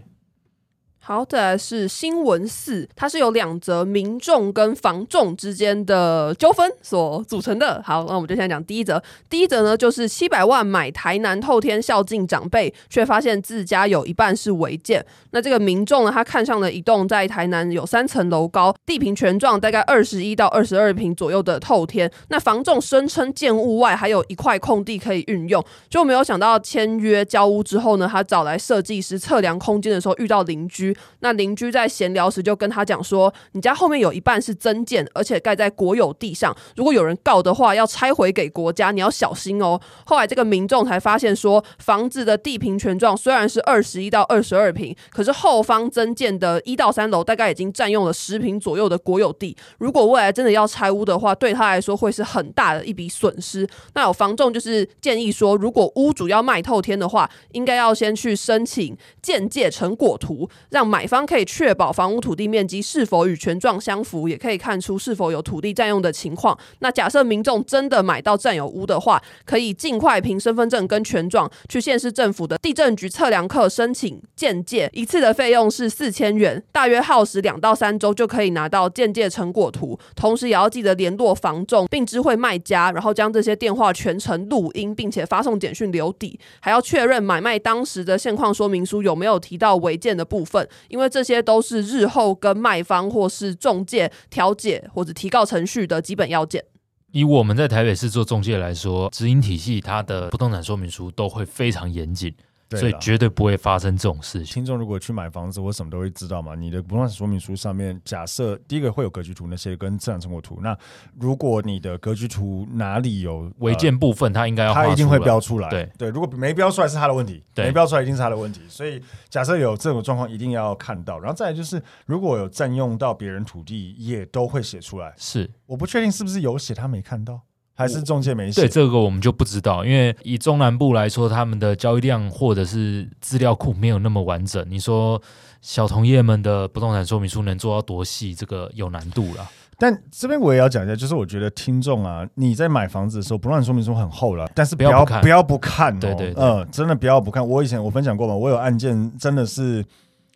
Speaker 3: 好，再来是新闻四，它是由两则民众跟房仲之间的纠纷所组成的。好，那我们就先讲第一则。第一则呢，就是七百万买台南透天孝敬长辈，却发现自家有一半是违建。那这个民众呢，他看上了一栋在台南有三层楼高、地平全幢大概二十一到二十二平左右的透天。那房仲声称建物外还有一块空地可以运用，就没有想到签约交屋之后呢，他找来设计师测量空间的时候遇到邻居，区，那邻居在闲聊时就跟他讲说，你家后面有一半是增建，而且盖在国有地上，如果有人告的话，要拆回给国家，你要小心哦。后来这个民众才发现说，房子的地平权状虽然是二十一到二十二平，可是后方增建的一到三楼大概已经占用了十平左右的国有地，如果未来真的要拆屋的话，对他来说会是很大的一笔损失。那有房仲就是建议说，如果屋主要卖透天的话，应该要先去申请建界成果图，让买方可以确保房屋土地面积是否与权状相符，也可以看出是否有土地占用的情况。那假设民众真的买到占有屋的话，可以尽快凭身份证跟权状去县市政府的地震局测量课申请建界，一次的费用是四千元，大约耗时两到三周就可以拿到建界成果图。同时也要记得联络房仲，并知会卖家，然后将这些电话全程录音，并且发送简讯留底，还要确认买卖当时的现况说明书有没有提到违建的部分，因为这些都是日后跟卖方或是中介调解或者提告程序的基本要件。
Speaker 2: 以我们在台北市做中介来说，指引体系它的不动产说明书都会非常严谨，
Speaker 1: 对
Speaker 2: 所以
Speaker 1: 啦呃
Speaker 2: 绝对不会发生这种事情。
Speaker 1: 听众如果去买房子，我什么都会知道嘛。你的不动产说明书上面，假设第一个会有格局图那些跟自然成果图。那如果你的格局图哪里有
Speaker 2: 违，建部分它应该
Speaker 1: 呃
Speaker 2: 要，
Speaker 1: 它一定会标，出来。
Speaker 2: 对
Speaker 1: 对，如果没标出来是他的问题，
Speaker 2: 对
Speaker 1: 没标出来一定是他的问题。所以假设有这种状况，一定要看到。然后再来就是，如果有占用到别人土地，也都会写出来。
Speaker 2: 是
Speaker 1: 我不确定是不是有写他没看到，还是中介没写
Speaker 2: 对。这个我们就不知道，因为以中南部来说，他们的交易量或者是资料库没有那么完整。你说小同业们的不动产说明书能做到多细，这个有难度了。
Speaker 1: 但这边我也要讲一下，就是我觉得听众啊，你在买房子的时候，不论说明书很厚了，但是
Speaker 2: 不要不看
Speaker 1: 不要不看哦，
Speaker 2: 对对对
Speaker 1: 嗯，真的不要不看。我以前我分享过嘛，我有案件真的是，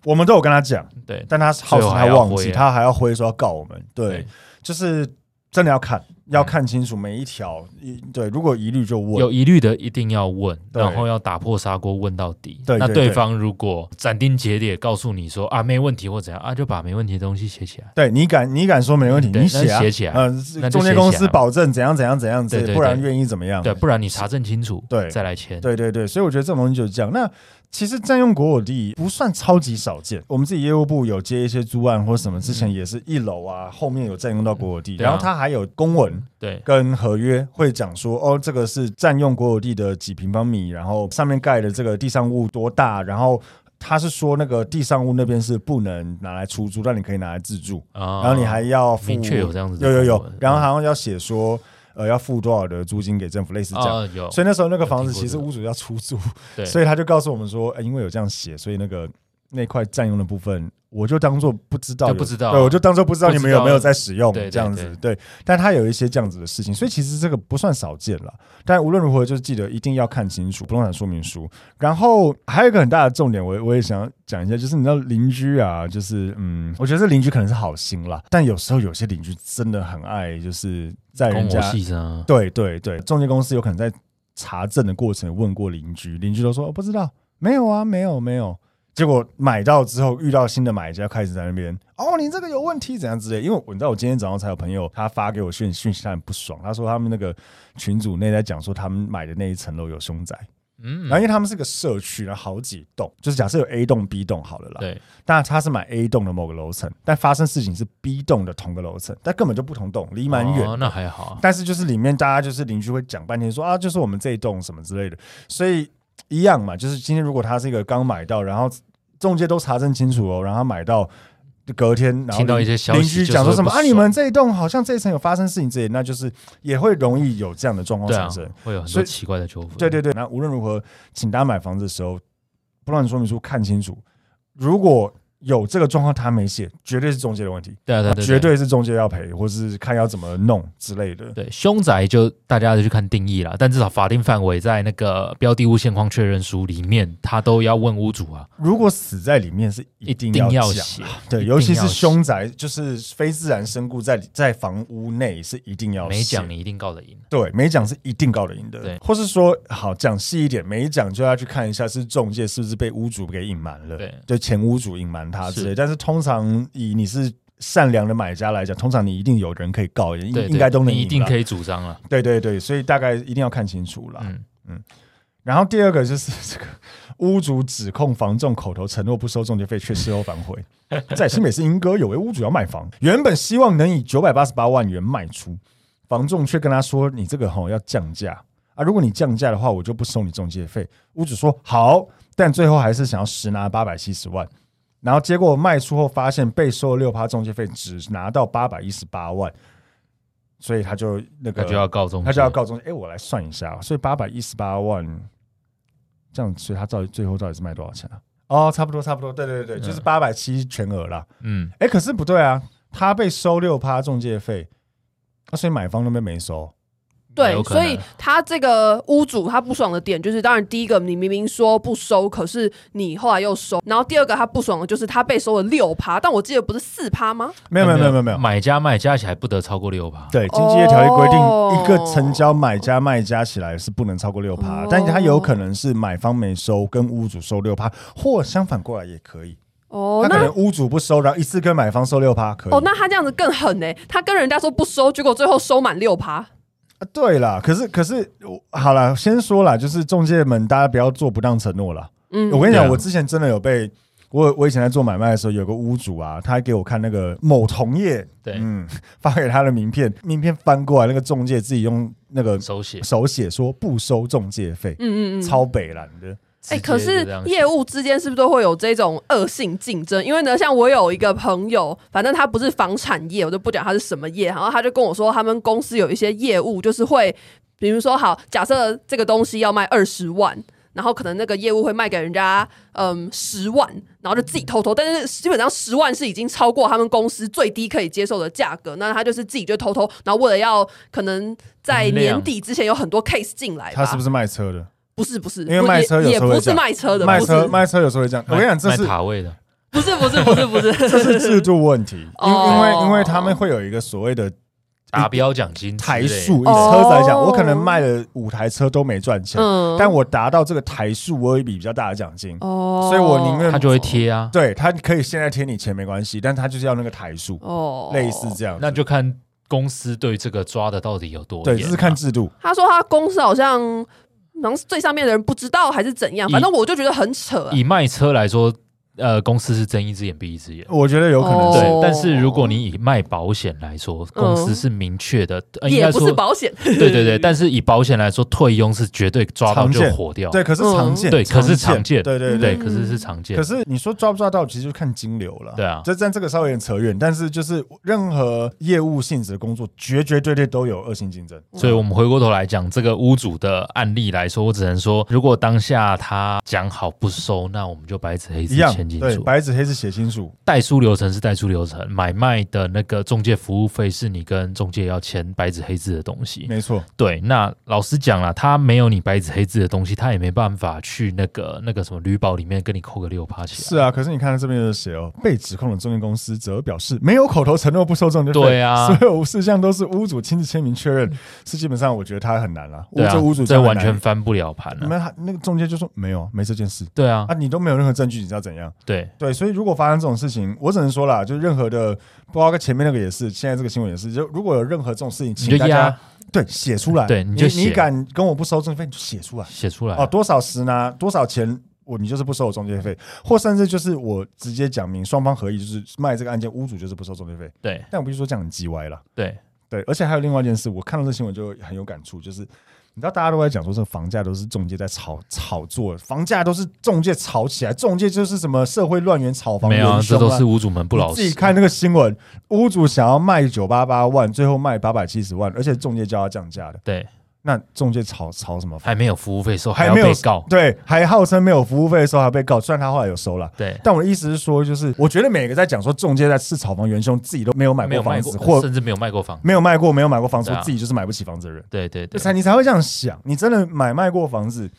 Speaker 1: 我们都有跟他讲，
Speaker 2: 对，
Speaker 1: 但他号称
Speaker 2: 嗯最后
Speaker 1: 他
Speaker 2: 还要
Speaker 1: 忘
Speaker 2: 挥
Speaker 1: 记，
Speaker 2: 耶
Speaker 1: 他还要挥说要告我们，对
Speaker 2: 对，
Speaker 1: 就是真的要看，要看清楚每一条，一对，如果疑虑就问，
Speaker 2: 嗯有疑虑的一定要问，
Speaker 1: 对
Speaker 2: 然后要打破砂锅问到底。
Speaker 1: 对对
Speaker 2: 那
Speaker 1: 对
Speaker 2: 对方如果斩钉截铁告诉你说啊没问题或怎样啊，就把没问题的东西写起来。
Speaker 1: 对你敢你敢说没问题，
Speaker 2: 对
Speaker 1: 你写啊
Speaker 2: 那写起来
Speaker 1: 嗯，
Speaker 2: 那
Speaker 1: 是
Speaker 2: 就
Speaker 1: 中介公
Speaker 2: 写起
Speaker 1: 司
Speaker 2: 来
Speaker 1: 保证怎样怎样怎样之类的，
Speaker 2: 对对
Speaker 1: 不然
Speaker 2: 对
Speaker 1: 愿意怎么样？
Speaker 2: 对，不然你查证清楚，
Speaker 1: 嗯对
Speaker 2: 再来签。
Speaker 1: 对对对，所以我觉得这种东西就是这样。那其实占用国有地不算超级少见，我们自己业务部有接一些租案或什么，之前也是一楼啊，后面有占用到国有地，
Speaker 2: 嗯对啊
Speaker 1: 然后它还有公文
Speaker 2: 对
Speaker 1: 跟合约会讲说，哦，这个是占用国有地的几平方米，然后上面盖的这个地上物多大，然后。他是说那个地上物那边是不能拿来出租，但你可以拿来自住。
Speaker 2: 啊
Speaker 1: 然后你还要付，
Speaker 2: 明确有这样子的
Speaker 1: 有有
Speaker 2: 公
Speaker 1: 有
Speaker 2: 文，
Speaker 1: 然后好像要写说，呃，要付多少的租金给政府，类似这样。
Speaker 2: 啊有，
Speaker 1: 所以那时候那个房子
Speaker 2: 有听过
Speaker 1: 其实
Speaker 2: 这个
Speaker 1: 屋主要出租，
Speaker 2: 对
Speaker 1: 所以他就告诉我们说，呃因为有这样写，所以那个那块占用的部分，我就当做不知道有，
Speaker 2: 就不知道
Speaker 1: 对，我就当做不知道
Speaker 2: 不
Speaker 1: 你
Speaker 2: 知道
Speaker 1: 们有没有在使用
Speaker 2: 对对
Speaker 1: 这样子，对。但他有一些这样子的事情，所以其实这个不算少见了。但无论如何，就是记得一定要看清楚不动产说明书。然后还有一个很大的重点，我我也想要讲一下，就是你知道邻居啊，就是嗯，我觉得这邻居可能是好心啦，但有时候有些邻居真的很爱，就是在
Speaker 2: 公
Speaker 1: 人
Speaker 2: 我
Speaker 1: 家
Speaker 2: 细声啊，
Speaker 1: 对对对，中介公司有可能在查证的过程问过邻居，邻居都说、哦、不知道，没有啊，没有没有。结果买到之后遇到新的买家，开始在那边哦，你这个有问题怎样之类。因为我你知道，我今天早上才有朋友他发给我讯讯息，他很不爽，他说他们那个群组内在讲说他们买的那一层楼有凶宅，
Speaker 2: 嗯
Speaker 1: 然后因为他们是个社区，然后好几栋，就是假设有 A 栋、B 栋好了啦，
Speaker 2: 对，
Speaker 1: 那他是买 A 栋的某个楼层，但发生事情是 B 栋的同个楼层，但根本就不同栋，离蛮远
Speaker 2: 哦，那还好啊，
Speaker 1: 但是就是里面大家就是邻居会讲半天说啊，就是我们这一栋什么之类的，所以一样嘛，就是今天如果他是一个刚买到，然后中介都查证清楚哦，然后他买到。隔天，然后
Speaker 2: 听到一些消息
Speaker 1: 邻居讲说什么
Speaker 2: 就
Speaker 1: 啊？
Speaker 2: 是会不爽
Speaker 1: 你们这一栋好像这一层有发生事情之类的，那就是也会容易有这样的状况
Speaker 2: 对
Speaker 1: 产
Speaker 2: 啊
Speaker 1: 生。，
Speaker 2: 会有很
Speaker 1: 所以
Speaker 2: 多奇怪的纠纷。
Speaker 1: 对对对，那无论如何，请大家买房子的时候，不让你说明书看清楚。如果有这个状况，他没写，绝对是中介的问题，
Speaker 2: 对啊对对，
Speaker 1: 绝对是中介要赔，或是看要怎么弄之类的。
Speaker 2: 对，凶宅就大家就去看定义啦，但至少法定范围在那个标的物现况确认书里面，他都要问屋主啊，
Speaker 1: 如果死在里面是一定
Speaker 2: 定要
Speaker 1: 讲，啊
Speaker 2: 写，
Speaker 1: 对，
Speaker 2: 一
Speaker 1: 尤其
Speaker 2: 定要
Speaker 1: 是
Speaker 2: 写
Speaker 1: 凶宅，就是非自然身故在在房屋内是一定要
Speaker 2: 没
Speaker 1: 写
Speaker 2: 讲你一定告得赢。
Speaker 1: 对，没讲是一定告得赢的，
Speaker 2: 对
Speaker 1: 或是说好讲细一点，没讲就要去看一下是中介是不是被屋主给隐瞒了，
Speaker 2: 对
Speaker 1: 就前屋主隐瞒他之类，
Speaker 2: 是
Speaker 1: 但是通常以你是。善良的买家来讲，通常你一定有人可以告，也应
Speaker 2: 对，对
Speaker 1: 应该都能
Speaker 2: 你一
Speaker 1: 赢
Speaker 2: 定
Speaker 1: 啦
Speaker 2: 可以主张啊了。
Speaker 1: 对对对，所以大概一定要看清楚啦。
Speaker 2: 嗯，
Speaker 1: 然后第二个就是这个， 屋主指控房仲口头承诺不收中介费，却事后反 悔。在新北市莺歌，有位屋主要卖房，原本希望能以九百八十八万元卖出，房仲却跟他说：“你这个吼要降价啊，如果你降价的话，我就不收你中介费。”屋主说：“好。”但最后还是想要实拿八百七十万。然后结果卖出后发现被收六趴中介费，只拿到八百一十八万，所以他就那个
Speaker 2: 那就要告终，
Speaker 1: 他就要。告终。哎，我来算一下，所以八百一十八万，这样，所以他到底最后到底是卖多少钱啊？嗯哦，差不多，差不多，对对对，就是八百七全额啦。
Speaker 2: 嗯，
Speaker 1: 哎，可是不对啊，他被收六趴中介费，啊，所以买方那边没收。
Speaker 3: 对
Speaker 2: 有，可能
Speaker 3: 所以他这个屋主他不爽的点就是，当然第一个你明明说不收，可是你后来又收，然后第二个他不爽的就是他被收了六趴，但我记得不是四趴吗？
Speaker 1: 没有没有没有没有没有，
Speaker 2: 买家卖加起来不得超过六趴。
Speaker 1: 对，经济业条例规定，一个
Speaker 3: 哦
Speaker 1: 成交买家卖家起来是不能超过六趴
Speaker 3: 哦，
Speaker 1: 但它有可能是买方没收，跟屋主收六趴，或相反过来也可以。
Speaker 3: 哦
Speaker 1: 他，可
Speaker 3: 那
Speaker 1: 能屋主不收，然后一次跟买方收六趴，可以。
Speaker 3: 哦，那他这样子更狠呢、欸他跟人家说不收，结果最后收满六趴。
Speaker 1: 啊对啦，可是可是我好啦，先说啦，就是中介们，大家不要做不当承诺啦。
Speaker 3: 嗯
Speaker 1: 我跟你讲，
Speaker 2: 对啊
Speaker 1: 我之前真的有被我我以前在做买卖的时候，有个屋主啊，他还给我看那个某同业，
Speaker 2: 对，
Speaker 1: 嗯，发给他的名片，名片翻过来，那个中介自己用那个
Speaker 2: 手
Speaker 3: 哎
Speaker 2: 写。
Speaker 1: 手写说不收中介费，
Speaker 3: 嗯嗯嗯，
Speaker 1: 超北蓝的。
Speaker 2: 直
Speaker 3: 哎、
Speaker 2: 接
Speaker 3: 可
Speaker 2: 就
Speaker 3: 是
Speaker 2: 这样写
Speaker 3: 业务之间是不是都会有这种恶性竞争？因为呢，像我有一个朋友，反正他不是房产业，我就不讲他是什么业，然后他就跟我说，他们公司有一些业务就是会，比如说好，假设这个东西要卖二十万。然后可能那个业务会卖给人家，嗯，十万，然后就自己偷偷，但是基本上十万是已经超过他们公司最低可以接受的价格，那他就是自己就偷偷，然后为了要可能在
Speaker 2: 衡量
Speaker 3: 年底之前有很多 case 进来吧，
Speaker 1: 他是不是卖车的？
Speaker 3: 不是不是，
Speaker 1: 因为
Speaker 3: 不
Speaker 1: 卖
Speaker 3: 也
Speaker 1: 车有
Speaker 3: 也
Speaker 1: 时候会
Speaker 3: 不
Speaker 1: 这
Speaker 3: 是
Speaker 1: 样
Speaker 3: 卖车的，
Speaker 1: 卖
Speaker 3: 不
Speaker 1: 车
Speaker 3: 是
Speaker 1: 卖车有时候会这样。我跟你讲，这
Speaker 2: 卖
Speaker 1: 是
Speaker 2: 塔位的，
Speaker 3: 不是不是不是不是，
Speaker 1: 这是制度问题，因
Speaker 3: 哦
Speaker 1: 因为因为他们会有一个所谓的
Speaker 2: 达标奖金之类
Speaker 1: 台
Speaker 2: 的
Speaker 1: 数。以
Speaker 3: 哦
Speaker 1: 车子来讲，我可能卖了五台车都没赚钱，
Speaker 3: 嗯
Speaker 1: 但我达到这个台数，我有一笔比较大的奖金，
Speaker 3: 哦
Speaker 1: 所以我宁愿
Speaker 2: 他就会贴啊。
Speaker 1: 对他可以现在贴你钱没关系，但他就是要那个台数，
Speaker 3: 哦
Speaker 1: 类似。这样子。
Speaker 2: 那就看公司对这个抓的到底有多
Speaker 1: 对，
Speaker 2: 严
Speaker 1: 这
Speaker 2: 啊
Speaker 1: 是看制度。
Speaker 3: 他说他公司好像，好像是最上面的人不知道还是怎样，
Speaker 2: 以
Speaker 3: 反正我就觉得很扯啊、
Speaker 2: 以卖车来说，呃，公司是睁一只眼闭一只眼。
Speaker 1: 我觉得有可能
Speaker 3: 哦
Speaker 1: 是
Speaker 2: 对，但是如果你以卖保险来说，公司是明确的，呃应
Speaker 3: 也
Speaker 2: 该
Speaker 3: 不
Speaker 2: 说
Speaker 3: 是保险，
Speaker 2: 对对对，但是以保险来说，退佣是绝对抓到
Speaker 1: 常
Speaker 2: 就
Speaker 1: 见
Speaker 2: 火掉，
Speaker 1: 对，可是
Speaker 3: 嗯
Speaker 1: 常见，
Speaker 2: 对可是常见
Speaker 1: 对对
Speaker 2: 对，
Speaker 3: 嗯
Speaker 2: 可是是常见
Speaker 1: 可，是你说抓不抓到，其实就看金流了。
Speaker 2: 对啊
Speaker 1: 这但这个稍微有点扯远，但是就是任何业务性质的工作，绝绝对对都有恶性竞争。
Speaker 2: 所以我们回过头来讲这个屋主的案例来说，我只能说，如果当下他讲好不收，那我们就白纸黑字
Speaker 1: 一样
Speaker 2: 签，清
Speaker 1: 对，
Speaker 2: 楚。
Speaker 1: 白纸黑字写清楚。
Speaker 2: 代书流程是代书流程，买卖的那个中介服务费是你跟中介要签白纸黑字的东西。
Speaker 1: 没错，
Speaker 2: 对，那老实讲啦，他没有你白纸黑字的东西，他也没办法去那个那个什么旅保里面跟你扣个六趴起来。
Speaker 1: 是啊。可是你看到这边有写哦，被指控的中介公司则表示没有口头承诺不收中介费，
Speaker 2: 对啊嗯
Speaker 1: 所有事项都是屋主亲自签名确认，是基本上我觉得他很难了。
Speaker 2: 对啊
Speaker 1: 这屋主
Speaker 2: 这
Speaker 1: 样很
Speaker 2: 完
Speaker 1: 难
Speaker 2: 全。翻不了盘了、啊
Speaker 1: 没有他那个中介就说没有啊，没这件事
Speaker 2: 对啊
Speaker 1: 啊，，你都没有任何证据，你知道怎样？
Speaker 2: 对，
Speaker 1: 对，所以如果发生这种事情，我只能说啦，就是任何的，包括前面那个也是，现在这个新闻也是，就如果有任何这种事情，
Speaker 2: 你
Speaker 1: 请
Speaker 2: 就
Speaker 1: 大
Speaker 2: 压
Speaker 1: 家对写出来，
Speaker 2: 对
Speaker 1: 你
Speaker 2: 你就
Speaker 1: 你
Speaker 2: 写
Speaker 1: 敢跟我不收中介费，你就写出来
Speaker 2: 写出来啊、
Speaker 1: 哦，多少时拿多少钱。我你就是不收我中介费，或甚至就是我直接讲明双方合意，就是卖这个案件，屋主就是不收中介费。
Speaker 2: 对
Speaker 1: 但我必须说这样很鸡歪了，
Speaker 2: 对，
Speaker 1: 对。而且还有另外一件事，我看到这新闻就很有感触，就是你知道大家都在讲说，这个房价都是中介在炒炒作，房价都是中介炒起来，中介就是什么社会乱源炒房
Speaker 2: 没有、啊，
Speaker 1: 元
Speaker 2: 这
Speaker 1: 凶
Speaker 2: 都
Speaker 1: 啊
Speaker 2: 是屋主们不老
Speaker 1: 你自己
Speaker 2: 实。
Speaker 1: 看那个新闻，屋主想要卖九八八万，最后卖八百七十万，而且中介叫他降价的，
Speaker 2: 对，
Speaker 1: 那中介炒炒什么？
Speaker 2: 还没有服务费收，还要
Speaker 1: 没有
Speaker 2: 被告。
Speaker 1: 对，还号称没有服务费的时候还被告，虽然他后来有收了。
Speaker 2: 对，
Speaker 1: 但我的意思是说，就是我觉得每个在讲说中介在吃炒房元凶，自己都没有买
Speaker 2: 没
Speaker 1: 过
Speaker 2: 有卖
Speaker 1: 房
Speaker 2: 过
Speaker 1: 子，，或
Speaker 2: 甚至没有卖过房。
Speaker 1: 没有卖过、没有买过房子，
Speaker 2: 对啊
Speaker 1: 或自己就是买不起房子的人，
Speaker 2: 对对对，啊
Speaker 1: 才你才会这样想。你真的买卖过房子，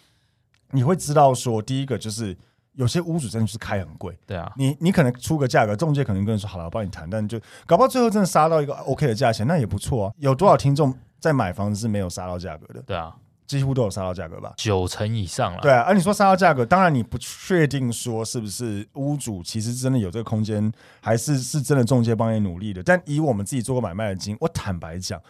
Speaker 1: 你会知道说，第一个就是有些屋主真的就是开很贵，
Speaker 2: 对啊，
Speaker 1: 你你可能出个价格，中介可能跟你说好了，我帮你谈，但就搞不好最后真的杀到一个 OK 的价钱，那也不错啊。有多少听众在买房子是没有杀到价格的？
Speaker 2: 对啊，
Speaker 1: 几乎都有杀到价格吧？
Speaker 2: 九成以上了。
Speaker 1: 对啊，而、你说杀到价格，当然你不确定说是不是屋主其实真的有这个空间，还是是真的中介帮你努力的。但以我们自己做过买卖的经验，我坦白讲，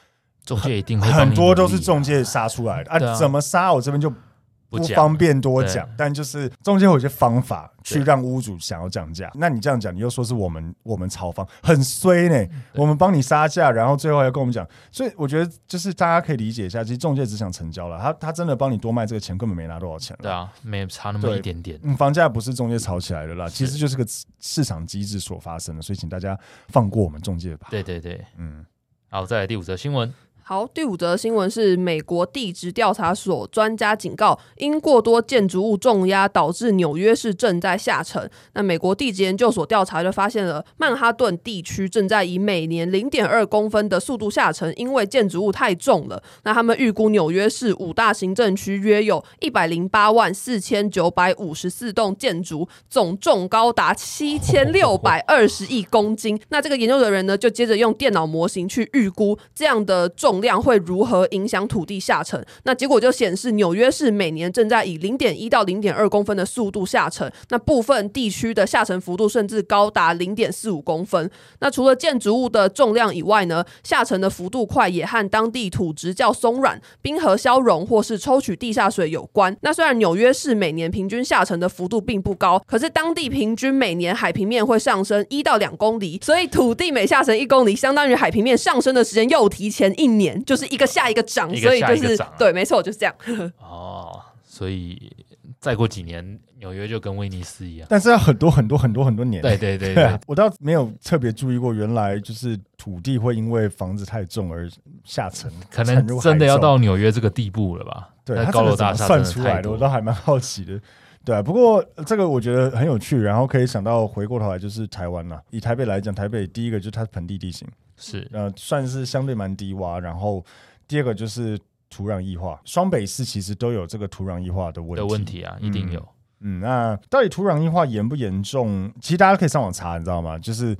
Speaker 2: 中介一定会帮你
Speaker 1: 很多都是
Speaker 2: 努力啊
Speaker 1: 中介杀出来的啊，
Speaker 2: 对啊
Speaker 1: 怎么杀我这边就
Speaker 2: 不
Speaker 1: 不
Speaker 2: 讲
Speaker 1: 方便多
Speaker 2: 对
Speaker 1: 讲，但就是中间会有一些方法去
Speaker 2: 对
Speaker 1: 让屋主想要降价。那你这样讲，你又说是我们我们炒房很衰呢、
Speaker 2: 嗯
Speaker 1: 我们帮你杀价，然后最后要跟我们讲。所以我觉得就是大家可以理解一下，其实中介只想成交了，他他真的帮你多卖这个钱，根本没拿多少钱了
Speaker 2: 对。啊，没差那么
Speaker 1: 对
Speaker 2: 一点点。
Speaker 1: 嗯，房价不是中介炒起来的啦，其实就是个市场机制所发生的，所以请大家放过我们中介吧。
Speaker 2: 对对对，
Speaker 1: 嗯，
Speaker 2: 好，再来第五则新闻。
Speaker 3: 好，第五则新闻是美国地质调查所专家警告，因过多建筑物重压导致纽约市正在下沉。那美国地质研究所调查就发现了，曼哈顿地区正在以每年零点二公分的速度下沉，因为建筑物太重了。那他们预估纽约市五大行政区约有一百零八万四千九百五十四栋建筑，总重高达七千六百二十亿公斤。那这个研究的人呢，就接着用电脑模型去预估这样的重量会如何影响土地下沉。那结果就显示，纽约市每年正在以零点一到零点二公分的速度下沉，那部分地区的下沉幅度甚至高达零点四五公分。那除了建筑物的重量以外呢，下沉的幅度快也和当地土质较松软、冰河消融或是抽取地下水有关。那虽然纽约市每年平均下沉的幅度并不高，可是当地平均每年海平面会上升一到两公里，所以土地每下沉一公里，相当于海平面上升的时间又提前一年，就是一个下一个涨，
Speaker 2: 一个
Speaker 3: 所以
Speaker 2: 下
Speaker 3: 就
Speaker 2: 一个
Speaker 3: 是
Speaker 2: 涨啊
Speaker 3: 对，没错，就是这样。
Speaker 2: 哦，所以再过几年，纽约就跟威尼斯一样。
Speaker 1: 但是要很多很多很多很多年。
Speaker 2: 对对对
Speaker 1: 对
Speaker 2: 对
Speaker 1: 啊， 我倒没有特别注意过，原来就是土地会因为房子太重而下沉，
Speaker 2: 可
Speaker 1: 沉入
Speaker 2: 能
Speaker 1: 海
Speaker 2: 真的要
Speaker 1: 中
Speaker 2: 到纽约这个地步了吧？
Speaker 1: 对
Speaker 2: 那
Speaker 1: 他
Speaker 2: 高
Speaker 1: 这个
Speaker 2: 楼
Speaker 1: 怎么
Speaker 2: 大厦真
Speaker 1: 算
Speaker 2: 的
Speaker 1: 出
Speaker 2: 太
Speaker 1: 来的，
Speaker 2: 多
Speaker 1: 我。倒还蛮好奇的。对啊，不过呃这个我觉得很有趣，然后可以想到回过头来就是台湾啦。以台北来讲，台北第一个就是它盆地地形，
Speaker 2: 是
Speaker 1: 呃，算是相对蛮低洼，然后第二个就是土壤异化，双北市其实都有这个土壤异化的问题。
Speaker 2: 的问题啊，一定有。
Speaker 1: 嗯，那到底土壤硬化严不严重？其实大家可以上网查，你知道吗？就是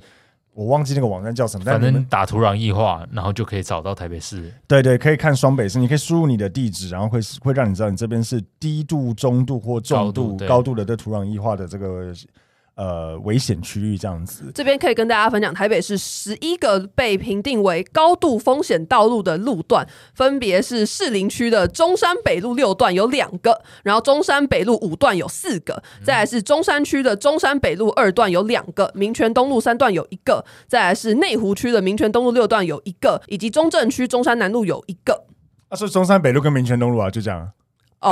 Speaker 1: 我忘记那个网站叫什么，但
Speaker 2: 反
Speaker 1: 你
Speaker 2: 正
Speaker 1: 们
Speaker 2: 打土壤异化，然后就可以找到台 北市。
Speaker 1: 对对，可以看双北市，你可以输入你的地址，然后会会让你知道你这边是低度、中度或重
Speaker 2: 高
Speaker 1: 度
Speaker 2: 度对
Speaker 1: 高度的对土壤硬化的这个呃危险区域这样子。
Speaker 3: 这边可以跟大家分享，台北市十一个被评定为高度风险道路的路段，分别是士林区的中山北路六段有两个，然后中山北路五段有四个，再来是中山区的中山北路二段有两个，民权东路三段有一个，再来是内湖区的民权东路六段有一个，以及中正区中山南路有一个。
Speaker 1: 啊，所以中山北路跟民权东路啊，就这样，
Speaker 3: 哦，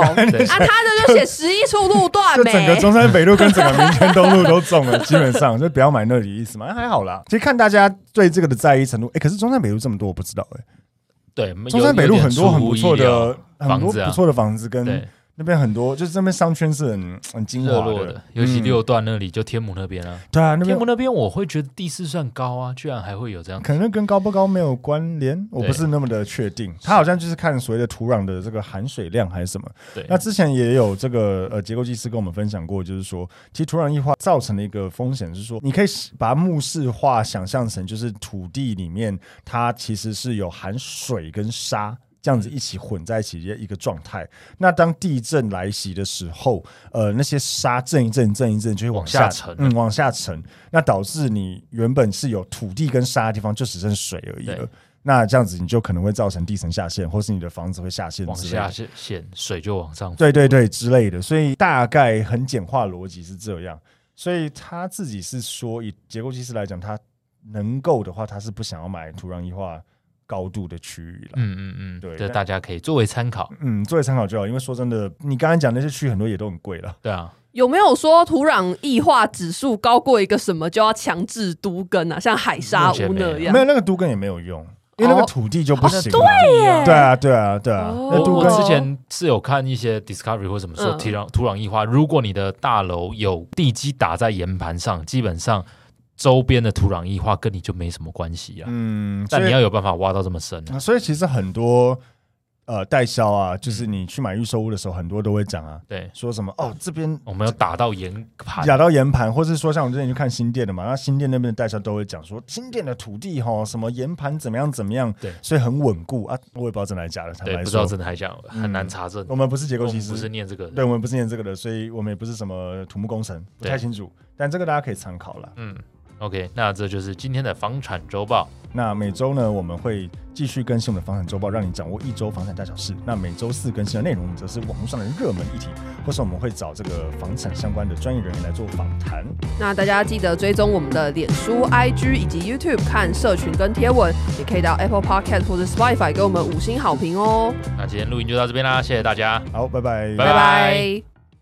Speaker 3: 啊，他的就写十一处路段
Speaker 1: 就
Speaker 3: 没，
Speaker 1: 整个中山北路跟整个民权东路都中了，基本上就不要买那里意思嘛，还好啦。其实看大家对这个的在意程度，哎、可是中山北路这么多，我不知道哎、
Speaker 2: 对，有
Speaker 1: 中山北路很多
Speaker 2: 有点
Speaker 1: 很
Speaker 2: 出乎
Speaker 1: 不
Speaker 2: 意
Speaker 1: 错
Speaker 2: 料
Speaker 1: 的、嗯很
Speaker 2: 房
Speaker 1: 多
Speaker 2: 子
Speaker 1: 不
Speaker 2: 啊，
Speaker 1: 错的房子，跟
Speaker 2: 对，
Speaker 1: 那边很多就是这边商圈是很很精
Speaker 2: 热
Speaker 1: 华
Speaker 2: 络
Speaker 1: 的
Speaker 2: 的，，尤其
Speaker 1: 嗯
Speaker 2: 六段那里，就天母那边啊。
Speaker 1: 对啊，那
Speaker 2: 天
Speaker 1: 边
Speaker 2: 母那边我会觉得地势算高啊，居然还会有这样。
Speaker 1: 可能跟高不高没有关联，我
Speaker 2: 对
Speaker 1: 不是那么的确定。它好像就是看所谓的土壤的这个含水量还是什么。
Speaker 2: 对，
Speaker 1: 那之前也有这个呃结构技师跟我们分享过，就是说，其实土壤异化造成的一个风险是说，你可以把它目视化想象成就是土地里面它其实是有含水跟沙。这样子一起混在一起的一个状态。那当地震来袭的时候，呃，那些沙震一震、震一震就会往下
Speaker 2: 往下沉
Speaker 1: 嗯，往下沉。那导致你原本是有土地跟沙的地方，就只剩水而已了
Speaker 2: 对。
Speaker 1: 那这样子你就可能会造成地层下陷，或是你的房子会下陷
Speaker 2: 往
Speaker 1: 之类的
Speaker 2: 下陷，水就往上。
Speaker 1: 对对对之类的，所以大概很简化逻辑是这样。所以他自己是说，以结构技师来讲，他能够的话，他是不想要买土壤异化高度的区域了。
Speaker 2: 嗯嗯嗯，
Speaker 1: 对
Speaker 2: 这
Speaker 1: 但
Speaker 2: 大家可以作为参考。
Speaker 1: 嗯，作为参考就好，因为说真的，你刚才讲那些区很多也都很贵了。
Speaker 2: 对啊，
Speaker 3: 有没有说土壤异化指数高过一个什么就要强制都耕啊？像海沙屋那样
Speaker 1: 没？有那个都根也没有用，因为那个
Speaker 3: 哦
Speaker 1: 土地就不行、
Speaker 3: 哦对耶
Speaker 1: 对啊，对啊，对啊，
Speaker 3: 哦
Speaker 1: 那
Speaker 2: 我
Speaker 1: 都
Speaker 2: 我
Speaker 1: 根
Speaker 2: 之前是有看一些 Discovery 或什么说
Speaker 3: 嗯
Speaker 2: 土壤土壤异化，如果你的大楼有地基打在岩盘上，基本上周边的土壤异化跟你就没什么关系啊。
Speaker 1: 嗯，
Speaker 2: 但
Speaker 1: 所
Speaker 2: 你
Speaker 1: 以
Speaker 2: 要有办法挖到这么深啊，
Speaker 1: 所以嗯其实很多呃代销啊，就是
Speaker 3: 嗯
Speaker 1: 你去买预售屋的时候，很多都会讲啊，
Speaker 2: 对，
Speaker 1: 说什么哦这边
Speaker 2: 我们要打到岩盘，
Speaker 1: 亚到岩盘，或是说像我之前去看新店的嘛，那新店那边的代销都会讲说，新店的土地哈，什么岩盘怎么样怎么样，
Speaker 2: 对
Speaker 1: 所以很稳固啊。我也不知道真的还是假的，坦
Speaker 2: 对，
Speaker 1: 白
Speaker 2: 不知道
Speaker 1: 说，
Speaker 2: 真的还假，很难查证。
Speaker 1: 嗯我们不是结构
Speaker 2: 我
Speaker 1: 技
Speaker 2: 们不是
Speaker 1: 师，
Speaker 2: 念这个的，
Speaker 1: 对，我们不是念这个的，所以我们也不是什么土木工程，不
Speaker 2: 对
Speaker 1: 太清楚。但这个大家可以参考了。
Speaker 2: 嗯，OK，那这就是今天的房产周报。
Speaker 1: 那每周呢，我们会继续更新我们的房产周报，让你掌握一周房产大小事。那每周四更新的内容，我们则是网络上的热门议题，或是我们会找这个房产相关的专业人员来做访谈。
Speaker 3: 那大家记得追踪我们的脸书、IG 以及 YouTube 看社群跟贴文，也可以到 Apple Podcast 或者 Spotify 给我们五星好评哦。
Speaker 2: 那今天录音就到这边啦，谢谢大家。
Speaker 1: 好，拜拜，
Speaker 2: 拜
Speaker 3: 拜拜